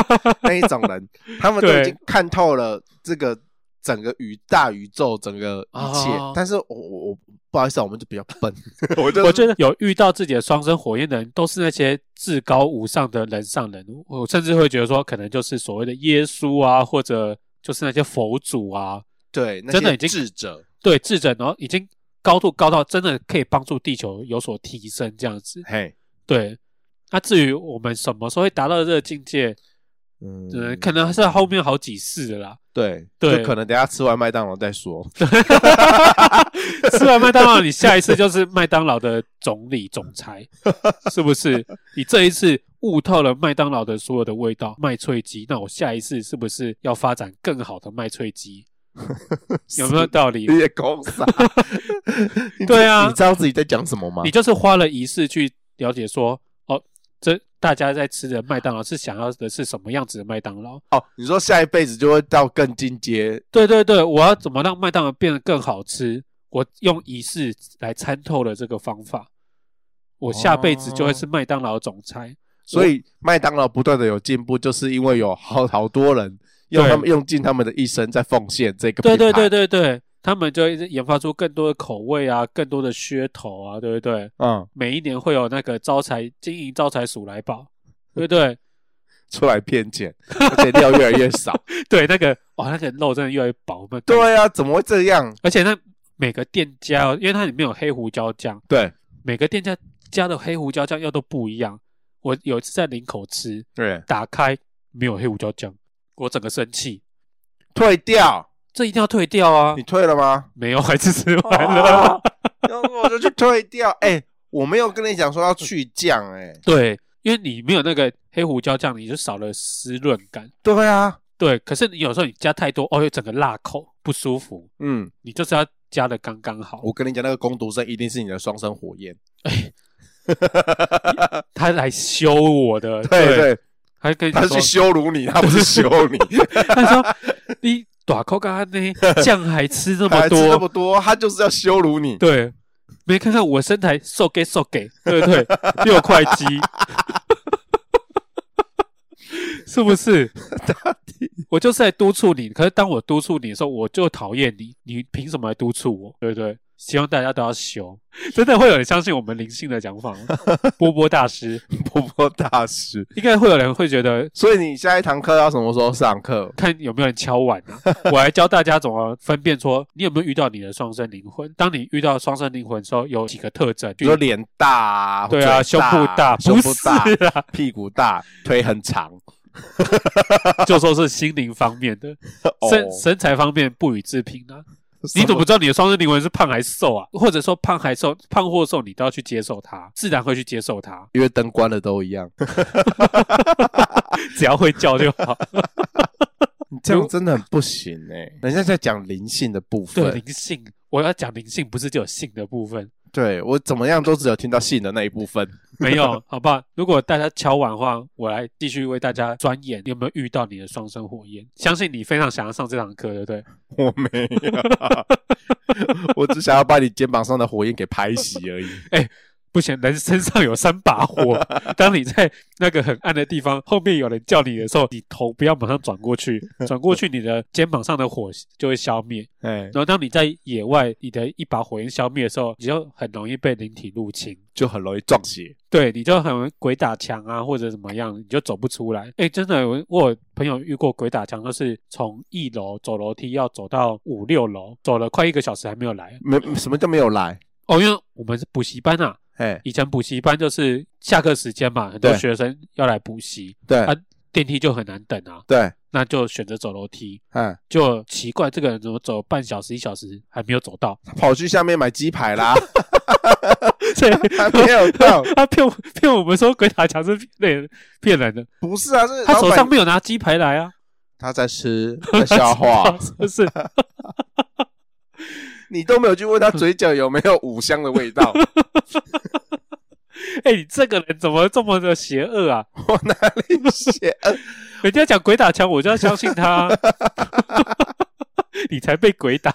[SPEAKER 1] 那一种人，他们都
[SPEAKER 2] 对
[SPEAKER 1] 已经看透了这个整个宇大宇宙整个一切。
[SPEAKER 2] 哦
[SPEAKER 1] 但是我我我不好意思啊，我们就比较 笨，我就
[SPEAKER 2] 我觉得有遇到自己的双生火焰的人，都是那些至高无上的人上人。我甚至会觉得说，可能就是所谓的耶稣啊，或者就是那些佛祖啊，
[SPEAKER 1] 对那
[SPEAKER 2] 真的
[SPEAKER 1] 些
[SPEAKER 2] 已经
[SPEAKER 1] 智者，
[SPEAKER 2] 对智者，然后已经高度高到真的可以帮助地球有所提升这样子。
[SPEAKER 1] 嘿，
[SPEAKER 2] 对，那、至于我们什么时候会达到这个境界，
[SPEAKER 1] 嗯
[SPEAKER 2] 呃，可能还是后面好几世的啦。
[SPEAKER 1] 对，
[SPEAKER 2] 对
[SPEAKER 1] 就可能等一下吃完麦当劳再说。
[SPEAKER 2] 吃完啊麦当劳，你下一次就是麦当劳的总理、总裁，是不是？你这一次悟透了麦当劳的所有的味道，麦脆鸡，那我下一次是不是要发展更好的麦脆鸡？有没有道理？
[SPEAKER 1] 你也公傻？你
[SPEAKER 2] 对啊
[SPEAKER 1] 你知道自己在讲什么吗
[SPEAKER 2] 你？就是花了一世去了解说，哦，这大家在吃的麦当劳是想要的是什么样子的麦当劳？
[SPEAKER 1] 哦，你说下一辈子就会到更进阶，
[SPEAKER 2] 对对对，我要怎么让麦当劳变得更好吃？我用仪式来参透了这个方法，我下辈子就会是麦当劳总裁。
[SPEAKER 1] 所以麦当劳不断的有进步，就是因为有好好多人用
[SPEAKER 2] 对
[SPEAKER 1] 他们用尽他们的一生在奉献这个
[SPEAKER 2] 对对
[SPEAKER 1] 品牌
[SPEAKER 2] 对对对，他们就一直研发出更多的口味啊，更多的噱头啊，对不对？
[SPEAKER 1] 嗯，
[SPEAKER 2] 每一年会有那个招财经营招财鼠来宝，对不对？
[SPEAKER 1] 出来骗钱，而且料越来越少。
[SPEAKER 2] 对，那个哇，那个肉真的越来越薄，那个，
[SPEAKER 1] 对啊，怎么会这样？
[SPEAKER 2] 而且那每个店家哦，因为它里面有黑胡椒酱，
[SPEAKER 1] 对
[SPEAKER 2] 每个店家加的黑胡椒酱又都不一样。我有一次在林口吃，
[SPEAKER 1] 对，
[SPEAKER 2] 打开没有黑胡椒酱，我整个生气，
[SPEAKER 1] 退掉，
[SPEAKER 2] 这一定要退掉啊
[SPEAKER 1] 你！退了吗？
[SPEAKER 2] 没有，还是吃完了。
[SPEAKER 1] 哦 要不我就去退掉。哎、我没有跟你讲说要去酱、哎，
[SPEAKER 2] 对，因为你没有那个黑胡椒酱，你就少了湿润感。
[SPEAKER 1] 对啊，
[SPEAKER 2] 对，可是你有时候你加太多，哦，又整个辣口不舒服，
[SPEAKER 1] 嗯，
[SPEAKER 2] 你就是要加的刚刚好。
[SPEAKER 1] 我跟你讲，那个攻读生一定是你的双生火焰。
[SPEAKER 2] 他来修我的，
[SPEAKER 1] 对对，
[SPEAKER 2] 还跟你
[SPEAKER 1] 他
[SPEAKER 2] 说
[SPEAKER 1] 是，羞辱你，他不是羞 你，
[SPEAKER 2] 他说你短扣干 呢，酱还吃这么
[SPEAKER 1] 还吃那
[SPEAKER 2] 多，
[SPEAKER 1] 么多，他就是要羞辱你。
[SPEAKER 2] 对，没看看我身材瘦给瘦给， 对不对？六块肌， 是不是？我就是在督促你，可是当我督促你的时候，我就讨厌你，你凭什么来督促我？对不对？希望大家都要修，真的会有人相信我们灵性的讲法吗？波波大师，
[SPEAKER 1] 婆婆大师，
[SPEAKER 2] 应该会有人会觉得
[SPEAKER 1] 所以你下一堂课要什么时候上课？
[SPEAKER 2] 看有没有人敲碗啊！ 我来教大家怎么分辨说你有没有遇到你的双生灵魂。当你遇到双生灵魂的时候，有几个特征，
[SPEAKER 1] 比如说脸大啊，
[SPEAKER 2] 对啊，
[SPEAKER 1] 嘴
[SPEAKER 2] 胸部大，
[SPEAKER 1] 胸
[SPEAKER 2] 不
[SPEAKER 1] 部
[SPEAKER 2] 是啊
[SPEAKER 1] 大，
[SPEAKER 2] 啦，
[SPEAKER 1] 屁股大，腿很 长，
[SPEAKER 2] 就说是心灵方面的，身
[SPEAKER 1] 哦
[SPEAKER 2] 身材方面不予置评啊。你怎么知道你的双生灵魂是胖还是 瘦啊？或者说胖还瘦，胖或瘦，你都要去接受它，自然会去接受它，
[SPEAKER 1] 因为灯关了都一样。
[SPEAKER 2] 只要会叫就好。
[SPEAKER 1] 你这样真的很不行哎、 人家在讲灵性的部
[SPEAKER 2] 对
[SPEAKER 1] 分，
[SPEAKER 2] 灵性，我要讲灵性，不是只有性的部分。
[SPEAKER 1] 对我怎么样都只有听到性的那一部分。
[SPEAKER 2] 没有，好吧。如果大家敲完的话，我来继续为大家钻研。你有没有遇到你的双生火焰？相信你非常想要上这堂课，对不对？
[SPEAKER 1] 我没有，啊 我只想要把你肩膀上的火焰给拍熄而已。
[SPEAKER 2] 不行，人身上有三把火。 当你在那个很暗的地方，后面有人叫你的时候，你头不要马上转过去，转过去你的肩膀上的火就会消灭。
[SPEAKER 1] 哎，
[SPEAKER 2] 然后当你在野外，你的一把火焰消灭的时候，你就很容易被灵体入侵。
[SPEAKER 1] 就很容易撞邪。
[SPEAKER 2] 对，你就很鬼打墙啊，或者怎么样，你就走不出来。哎，真的，我我有朋友遇过鬼打墙，就是从一楼走楼梯要走到五六楼，走了快一个小时还没有来。
[SPEAKER 1] 没什么叫没有来？
[SPEAKER 2] 哦，因为我们是补习班啊，
[SPEAKER 1] 哎，
[SPEAKER 2] 以前补习班就是下课时间嘛，很多
[SPEAKER 1] 对
[SPEAKER 2] 学生要来补习，
[SPEAKER 1] 对
[SPEAKER 2] 啊，电梯就很难等啊，
[SPEAKER 1] 对，
[SPEAKER 2] 那就选择走楼梯。
[SPEAKER 1] 嗯，
[SPEAKER 2] 就奇怪，这个人怎么走半小时、一小时还没有走 到？
[SPEAKER 1] 他跑去下面买鸡排啦，
[SPEAKER 2] 所以
[SPEAKER 1] 还没有到。
[SPEAKER 2] 他骗我骗我们说鬼打墙是骗人骗人的，
[SPEAKER 1] 不是啊，是
[SPEAKER 2] 他手
[SPEAKER 1] 老板
[SPEAKER 2] 上没有拿鸡排来啊。
[SPEAKER 1] 他在吃，在 消化，
[SPEAKER 2] 是不是？
[SPEAKER 1] 你都没有去问他嘴角有没有五香的味道。
[SPEAKER 2] 哎、你这个人怎么这么的邪恶啊？
[SPEAKER 1] 我哪里写？ 呃
[SPEAKER 2] 人家讲鬼打墙，我就要相信他、 你才被鬼打，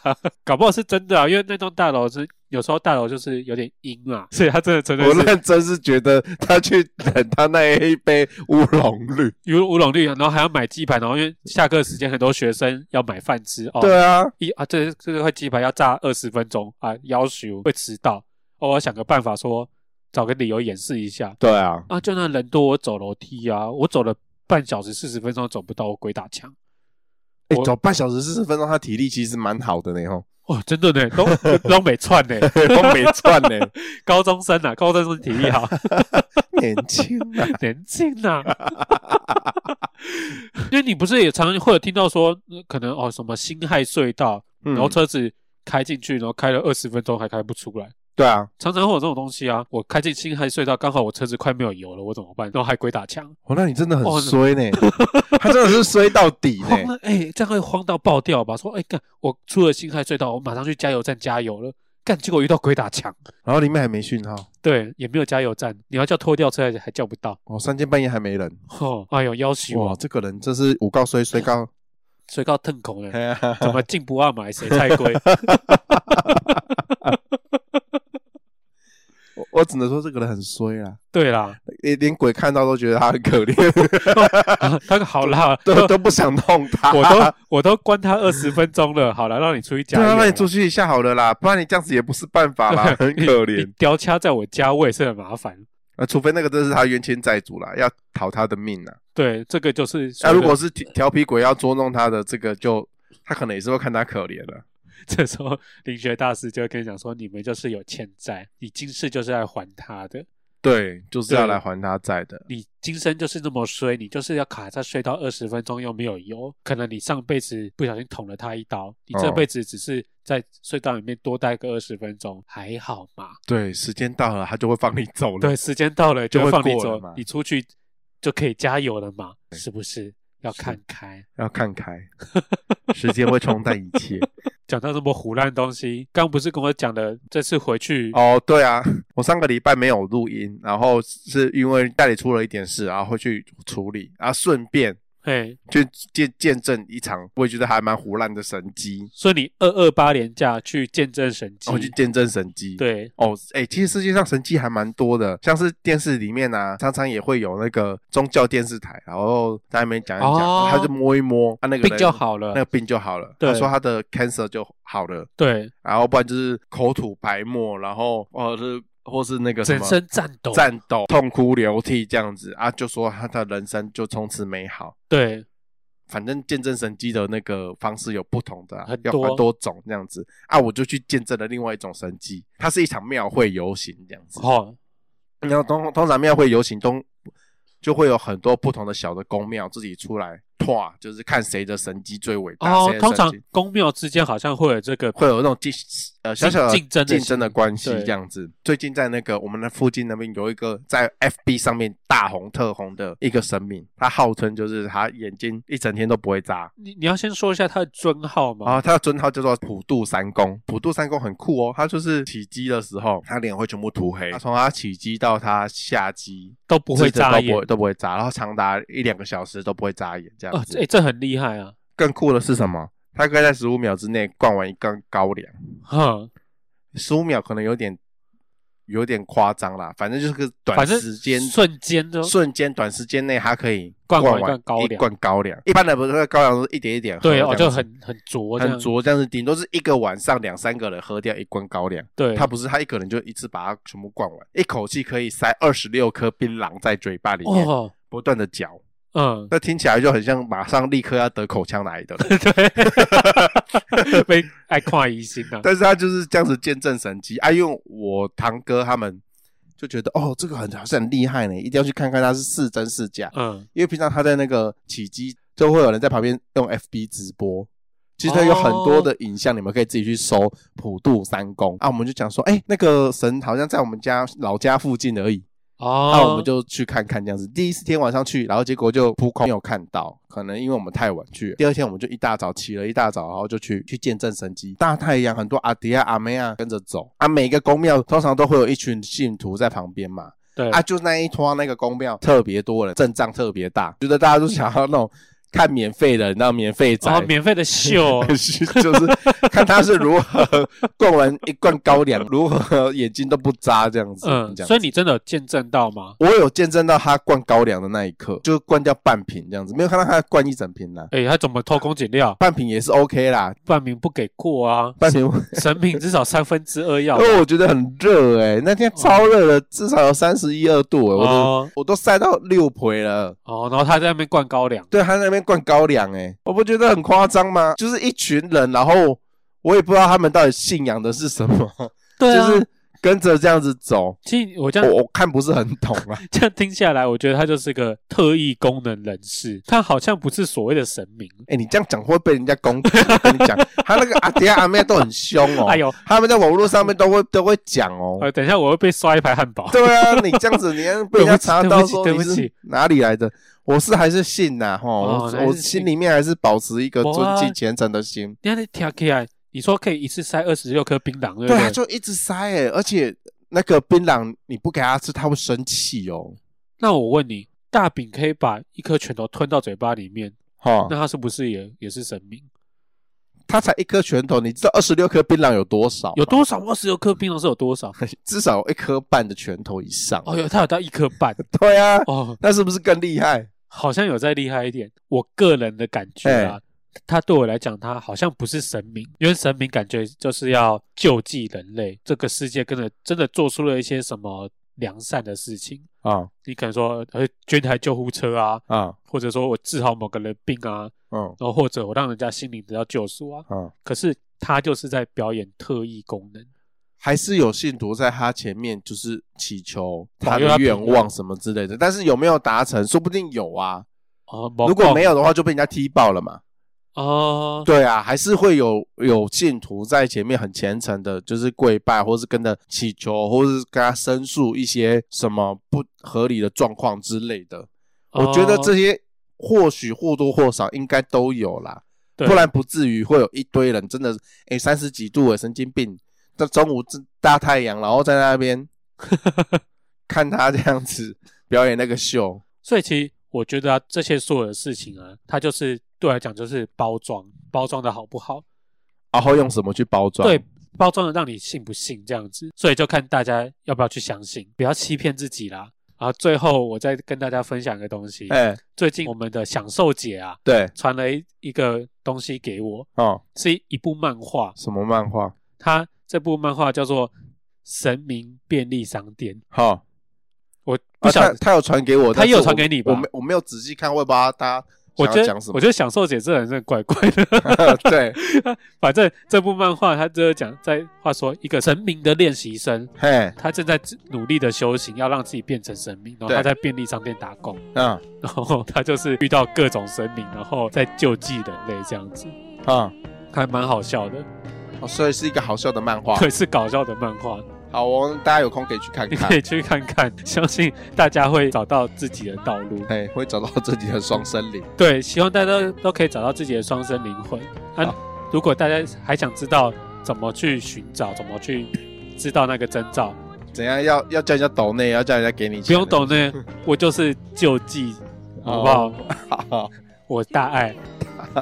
[SPEAKER 2] 搞不好是真的啊！因为那栋大楼是有时候大楼就是有点阴啊，所以他真的真的
[SPEAKER 1] 我
[SPEAKER 2] 是
[SPEAKER 1] 认真是觉得他去等他那一杯乌龙绿。
[SPEAKER 2] 有乌龙绿，然后还要买鸡排，然后因为下课时间很多学生要买饭吃哦，
[SPEAKER 1] 对啊，
[SPEAKER 2] 一啊，这这个块鸡排要炸二十分钟啊，要求会迟到，哦，我要想个办法说找个理由掩饰一下，
[SPEAKER 1] 对啊，
[SPEAKER 2] 啊，就那人多，我走楼梯啊，我走了半小时四十分钟走不到，我鬼打墙。
[SPEAKER 1] 哎
[SPEAKER 2] 我，
[SPEAKER 1] 走半小时四十分钟，他体力其实蛮好的呢，吼，
[SPEAKER 2] 哦，真的呢，东东北串 呢，
[SPEAKER 1] 我没串呢，
[SPEAKER 2] 高中生啊，高中生体力 好，
[SPEAKER 1] 年轻啊，
[SPEAKER 2] 年轻啊。 因为你不是也常常会有听到说，呃可能哦什么辛亥隧道，然后
[SPEAKER 1] 嗯，
[SPEAKER 2] 车子开进去，然后开了二十分钟还开不出来，
[SPEAKER 1] 对啊，
[SPEAKER 2] 常常会有这种东西啊。我开进辛亥隧道，刚好我车子快没有油了，我怎么办？然后还鬼打墙，
[SPEAKER 1] 哦，那哦你真的
[SPEAKER 2] 哦
[SPEAKER 1] 很衰呢，他真的是衰到底
[SPEAKER 2] 慌
[SPEAKER 1] 呢，
[SPEAKER 2] 了，哎、这样会慌到爆掉吧？说，哎、干，我出了辛亥隧道，我马上去加油站加油了，干，结果遇到鬼打墙，
[SPEAKER 1] 然后里面还没讯号，
[SPEAKER 2] 对，也没有加油站，你要叫拖吊车还还叫不到，
[SPEAKER 1] 哦，三更半夜还没人，
[SPEAKER 2] 哦，哎呦，要死
[SPEAKER 1] 哇，
[SPEAKER 2] 我，
[SPEAKER 1] 这个人真是五告衰衰 告，
[SPEAKER 2] 水告腾口
[SPEAKER 1] 哎
[SPEAKER 2] 了，
[SPEAKER 1] 呀
[SPEAKER 2] 怎么进不二买谁太贵？
[SPEAKER 1] 我我只能说这个人很衰啊，
[SPEAKER 2] 对啦，
[SPEAKER 1] 连连鬼看到都觉得他很可 怜，
[SPEAKER 2] 啊他、好啦，
[SPEAKER 1] 都
[SPEAKER 2] 都
[SPEAKER 1] 都不想弄他，
[SPEAKER 2] 我都我都关他二十分钟了，好了，让你出去加
[SPEAKER 1] 对
[SPEAKER 2] 油
[SPEAKER 1] 啊，
[SPEAKER 2] 啦，
[SPEAKER 1] 那你出去一下好了啦，不然你这样子也不是办法啦， 很可
[SPEAKER 2] 你你
[SPEAKER 1] 怜。
[SPEAKER 2] 雕掐在我家，我也是很麻烦。
[SPEAKER 1] 啊，除非那个真是他冤亲债主啦，要讨他的命啊。
[SPEAKER 2] 对，这个就是说
[SPEAKER 1] 那、
[SPEAKER 2] 的，
[SPEAKER 1] 啊如果是调调皮鬼要捉弄他的，这个就他可能也是会看他可怜的。
[SPEAKER 2] 这时候灵学大师就会跟你讲说，你们就是有欠债，你今世就是来还他的。
[SPEAKER 3] 对，就是
[SPEAKER 1] 是要来还他债的。
[SPEAKER 2] 你今生就是那么衰，你就是要卡在睡到二十分钟又没有油，可能你上辈子不小心捅了他一刀，你这
[SPEAKER 1] 哦
[SPEAKER 2] 辈子只是在隧道里面多待个二十分钟，还好嘛？
[SPEAKER 1] 对，时间到了，他就会放你走了。
[SPEAKER 2] 对，时间到了
[SPEAKER 1] 就
[SPEAKER 2] 就
[SPEAKER 1] 会
[SPEAKER 2] 会放你
[SPEAKER 1] 过了
[SPEAKER 2] 走
[SPEAKER 1] 嘛，
[SPEAKER 2] 你出去就可以加油了嘛，
[SPEAKER 1] 对
[SPEAKER 2] 是不是？要
[SPEAKER 1] 是
[SPEAKER 2] 看开。
[SPEAKER 1] 要看开， 时间会冲淡一切。
[SPEAKER 2] 讲到这么胡乱的东西，刚不是跟我讲的，这次回去
[SPEAKER 1] 哦，对啊，我上个礼拜没有录音，然后是因为家里出了一点事，然后会去处理，然后顺便
[SPEAKER 2] 嘿，
[SPEAKER 1] 去见见证一场我也觉得还蛮胡乱的神机，
[SPEAKER 2] 所以你二二八连假去见证神迹
[SPEAKER 1] 然后，哦去见证神机。。
[SPEAKER 2] 对，
[SPEAKER 1] 哦，哎、其实世界上神迹还蛮多的，像是电视里面啊，常常也会有那个宗教电视台，然后在那边讲一讲，
[SPEAKER 2] 哦
[SPEAKER 1] 他就摸一摸，啊他、那个人
[SPEAKER 2] 病就，好了，
[SPEAKER 1] 那个病就好了。
[SPEAKER 2] 对
[SPEAKER 1] 他说他的 cancer 就好了，
[SPEAKER 2] 对，
[SPEAKER 1] 然后不然就是口吐白沫，然后或者是或是那个什
[SPEAKER 2] 整
[SPEAKER 1] 么
[SPEAKER 2] 身颤抖，
[SPEAKER 1] 战斗、痛哭流涕这样子啊，就说他的人生就从此美好。
[SPEAKER 2] 对，
[SPEAKER 1] 反正见证神迹的那个方式有不同的、啊
[SPEAKER 2] 很，
[SPEAKER 1] 有
[SPEAKER 2] 多
[SPEAKER 1] 很多种这样子啊，我就去见证了另外一种神迹，它是一场庙会游行这样子。
[SPEAKER 2] 哦，
[SPEAKER 1] 然后通通常庙会游行中就会有很多不同的小的宫庙自己出来拓，就是看谁的神迹最伟大，
[SPEAKER 2] 哦
[SPEAKER 1] 谁，的
[SPEAKER 2] 通常
[SPEAKER 1] 神迹
[SPEAKER 2] 宫庙之间好像会有这个，
[SPEAKER 1] 会有那种竞呃小小
[SPEAKER 2] 竞争的
[SPEAKER 1] 竞争的关系
[SPEAKER 2] 心理对
[SPEAKER 1] 这样子。最近在那个我们的附近那边有一个在 FB 上面大红特红的一个神明，他号称就是他眼睛一整天都不会眨。
[SPEAKER 2] 你你要先说一下他的尊号嘛，
[SPEAKER 1] 然后他的尊号叫做普渡三公，普渡三公很酷哦，他就是起鸡的时候，他脸会全部涂黑，他从他起鸡到他下鸡
[SPEAKER 2] 都不会
[SPEAKER 1] 这
[SPEAKER 2] 眨
[SPEAKER 1] 都
[SPEAKER 2] 眼
[SPEAKER 1] 不，会都不会眨，然后长达一两个小时都不会眨眼这
[SPEAKER 2] 哦
[SPEAKER 1] 样，子。
[SPEAKER 2] 哎，这很厉害啊，
[SPEAKER 1] 更酷的是什么？他可以在十五秒之内灌完一根高粱。
[SPEAKER 2] 哼，
[SPEAKER 1] 十五秒可能有点有点夸张啦，反正就是个短
[SPEAKER 2] 反正
[SPEAKER 1] 时间
[SPEAKER 2] 瞬间就
[SPEAKER 1] 瞬间短时间内，它可以
[SPEAKER 2] 灌完
[SPEAKER 1] 完
[SPEAKER 2] 一罐高粱
[SPEAKER 1] 一罐高粱。一般的不是高粱都是一点一点喝，
[SPEAKER 2] 对
[SPEAKER 1] 这
[SPEAKER 2] 哦，
[SPEAKER 1] 样子
[SPEAKER 2] 就很很浊，
[SPEAKER 1] 很，浊，但是顶多是一个晚上两三个人喝掉一罐高粱。
[SPEAKER 2] 对，
[SPEAKER 1] 他不是他一个人就一次把它全部灌完，一口气可以塞二十六颗槟榔在嘴巴里面，
[SPEAKER 2] 哦，
[SPEAKER 1] 不断的嚼。
[SPEAKER 2] 嗯，
[SPEAKER 1] 那听起来就很像马上立刻要得口腔癌的人。
[SPEAKER 2] 对， 被爱看疑心 啊，
[SPEAKER 1] 但是他就是这样子见证神迹啊，因为我堂哥他们就觉得哦，这个很好像很厉害呢，一定要去看看他是是真是假，
[SPEAKER 2] 嗯，
[SPEAKER 1] 因为平常他在那个起机就会有人在旁边用 FB 直播。其实他有很多的影像，你们可以自己去搜普渡三公啊。我们就讲说，哎、那个神好像在我们家老家附近而已，
[SPEAKER 2] 哦，
[SPEAKER 1] 那、我们就去看看这样子。第一天晚上去，然后结果就扑空，没有看到，可能因为我们太晚去了。第二天我们就一大早起了一大早，然后就去去见证神迹。大太阳，很多阿迪亚、阿妹啊跟着走啊。每个宫庙通常都会有一群信徒在旁边嘛，
[SPEAKER 2] 对哦
[SPEAKER 1] 啊，就那一坨那个宫庙特别多人，阵仗特别大，觉得大家都想要那种看免费的，你知道免费仔。
[SPEAKER 2] 然后哦免费的秀
[SPEAKER 1] 是 就是看他是如何 灌完一罐高粱，如何 眼睛都不眨这样子。
[SPEAKER 2] 嗯，
[SPEAKER 1] 这样子
[SPEAKER 2] 所以你真的有见证到吗？
[SPEAKER 1] 我有见证到他灌高粱的那一刻，就灌掉半瓶这样子，没有看到他灌一整瓶啦。
[SPEAKER 2] 哎，他怎么偷工减料？
[SPEAKER 1] 半瓶也是 OK 啦，
[SPEAKER 2] 半名不给过啊，
[SPEAKER 1] 半瓶，因
[SPEAKER 2] 神明至少三分之二要吧。
[SPEAKER 1] 为我觉得很热哎、那天超热的，至少有三十一二度、欸， 我都、
[SPEAKER 2] 哦
[SPEAKER 1] 我都晒到六陪了。
[SPEAKER 2] 哦，然后他在那边灌高粱，
[SPEAKER 1] 对他那边灌高粱哎、我不觉得很夸张吗？就是一群人，然后我也不知道他们到底信仰的是什么，
[SPEAKER 2] 对啊，
[SPEAKER 1] 就是跟着这样子走，
[SPEAKER 2] 其实我这样
[SPEAKER 1] 我我看不是很懂啊。
[SPEAKER 2] 这样听下来，我觉得他就是个特异功能人士，他好像不是所谓的神明。
[SPEAKER 1] 哎、你这样讲会被人家攻击。我跟你讲，他那个阿爹阿妹都很凶哦。
[SPEAKER 2] 哎呦，
[SPEAKER 1] 他们在网络上面都会都会讲哦。
[SPEAKER 2] 呃，等一下我会被刷一排汉 堡。
[SPEAKER 1] 对啊，你这样子，你 要被人家查到说
[SPEAKER 2] 对不
[SPEAKER 1] 你
[SPEAKER 2] 起对不起
[SPEAKER 1] 是哪里来的，我是还是信呐、哈、
[SPEAKER 2] 哦还
[SPEAKER 1] 我
[SPEAKER 2] 是
[SPEAKER 1] 我
[SPEAKER 2] 信
[SPEAKER 1] 心里面还是保持一个
[SPEAKER 2] 哇
[SPEAKER 1] 尊敬虔诚的心。
[SPEAKER 2] 你看你跳起来，你说可以一次塞二十六颗槟榔，对不
[SPEAKER 1] 对啊，
[SPEAKER 2] 对？
[SPEAKER 1] 就一直塞哎、而且那个槟榔你不给他吃，他会生气哦。
[SPEAKER 2] 那我问你，大饼可以把一颗拳头吞到嘴巴里面，
[SPEAKER 1] 哈，
[SPEAKER 2] 那他是不是也也是神明？
[SPEAKER 1] 他才一颗拳头，你知道二十六颗槟榔有多少吗？
[SPEAKER 2] 有多少二十六颗槟榔是有多少？
[SPEAKER 1] 至少有一颗半的拳头以上。
[SPEAKER 2] 哦哟，他有到一颗 半
[SPEAKER 1] 对啊，
[SPEAKER 2] 哦，
[SPEAKER 1] 那是不是更厉害？
[SPEAKER 2] 好像有再厉害一点。我个人的感觉
[SPEAKER 1] 哎
[SPEAKER 2] 啊，他对我来讲，他好像不是神明，因为神明感觉就是要救济人类，这个世界跟着真的做出了一些什么良善的事情。
[SPEAKER 1] 啊
[SPEAKER 2] 你可能说，呃，捐台救护车啊，
[SPEAKER 1] 啊
[SPEAKER 2] 或者说我治好某个人病啊，
[SPEAKER 1] 嗯
[SPEAKER 2] 然后或者我让人家心灵得到救赎啊。
[SPEAKER 1] 嗯，
[SPEAKER 2] 可是他就是在表演特异功能，
[SPEAKER 1] 还是有信徒在他前面就是祈求他
[SPEAKER 2] 保哦佑他
[SPEAKER 1] 的
[SPEAKER 2] 平
[SPEAKER 1] 愿
[SPEAKER 2] 安
[SPEAKER 1] 望什么之类的，但是有没有达成，说不定有啊。
[SPEAKER 2] 哦，
[SPEAKER 1] 如果没有的话，就被人家踢爆了嘛。
[SPEAKER 2] 哦，
[SPEAKER 1] 对啊，还是会有有信徒在前面很虔诚的，就是跪拜，或是跟着祈求，或是跟他申诉一些什么不合理的状况之类的。我觉得
[SPEAKER 2] 哦
[SPEAKER 1] 这些或许或多或少应该都有啦，
[SPEAKER 2] 对
[SPEAKER 1] 不然不至于会有一堆人真的哎三十几度的神经病，在中午这大太阳，然后在那 边看他这样子表演那个秀。
[SPEAKER 2] 所以其实我觉得、啊、这些所有的事情啊，它就是对我来讲就是包装，包装的好不好，
[SPEAKER 1] 然后用什么去包装？
[SPEAKER 2] 对，包装的让你信不信这样子，所以就看大家要不要去相信，不要欺骗自己啦。然后最后我再跟大家分享一个东西，
[SPEAKER 1] 哎、
[SPEAKER 2] 最近我们的享受姐啊
[SPEAKER 1] 对，
[SPEAKER 2] 传了一一个东西给我，
[SPEAKER 1] 哦，
[SPEAKER 2] 是一部漫画，
[SPEAKER 1] 什么漫画？
[SPEAKER 2] 它这部漫画叫做《神明便利商店》，
[SPEAKER 1] 好、
[SPEAKER 2] 我不
[SPEAKER 1] 啊，
[SPEAKER 2] 晓
[SPEAKER 1] 哦他
[SPEAKER 2] 得
[SPEAKER 1] 他有传给我，
[SPEAKER 2] 他也有
[SPEAKER 1] 但是
[SPEAKER 2] 传
[SPEAKER 1] 我
[SPEAKER 2] 给你吧
[SPEAKER 1] 我没我没有仔细看，我也不知道他
[SPEAKER 2] 我
[SPEAKER 1] 想
[SPEAKER 2] 觉
[SPEAKER 1] 要
[SPEAKER 2] 得
[SPEAKER 1] 讲什，
[SPEAKER 2] 我
[SPEAKER 1] 么。
[SPEAKER 2] 觉得享受姐这人真的怪怪的。
[SPEAKER 1] 对，
[SPEAKER 2] 反正这部漫画，它就是讲在话说一个神明的练习生，
[SPEAKER 1] 嘿，
[SPEAKER 2] 他正在自努力的修行，要让自己变成神明。然后
[SPEAKER 1] 对
[SPEAKER 2] 他在便利商店打工，
[SPEAKER 1] 嗯
[SPEAKER 2] 然后他就是遇到各种神明，然后在救济人类这样子，
[SPEAKER 1] 嗯，
[SPEAKER 2] 还蛮好笑的，
[SPEAKER 1] 哦所以是一个好笑的漫画。
[SPEAKER 2] 对，是搞笑的漫画，
[SPEAKER 1] 好哦，大家有空可以去看
[SPEAKER 2] 你
[SPEAKER 1] 看
[SPEAKER 2] 可，以去看看，相信大家会找到自己的道路。
[SPEAKER 1] 嘿，会找到自己的双生灵。
[SPEAKER 2] 对，希望大家都都可以找到自己的双生灵魂。啊
[SPEAKER 1] 好，
[SPEAKER 2] 如果大家还想知道怎么去寻找，怎么去知道那个征兆，
[SPEAKER 1] 怎样要要叫人家抖内，要叫人家给你钱？
[SPEAKER 2] 不用懂呢，我就是救济，好不好？哦
[SPEAKER 1] 好，
[SPEAKER 2] 我大爱，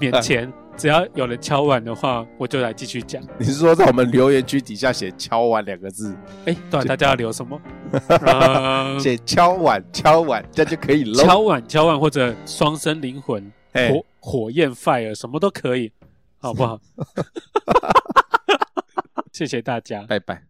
[SPEAKER 2] 免钱，只要有人敲碗的话，我就来继续讲。
[SPEAKER 1] 你是说在我们留言区底下写“敲碗”两个字，
[SPEAKER 2] 哎，对啊，大家要留什么？嗯
[SPEAKER 1] 写“敲碗”“敲碗”，这样就可以喽。
[SPEAKER 2] 敲碗，敲碗，或者双生灵魂、
[SPEAKER 1] 哎
[SPEAKER 2] 火火焰 fire，什么都可以，好不好？谢谢大家。
[SPEAKER 1] 拜拜。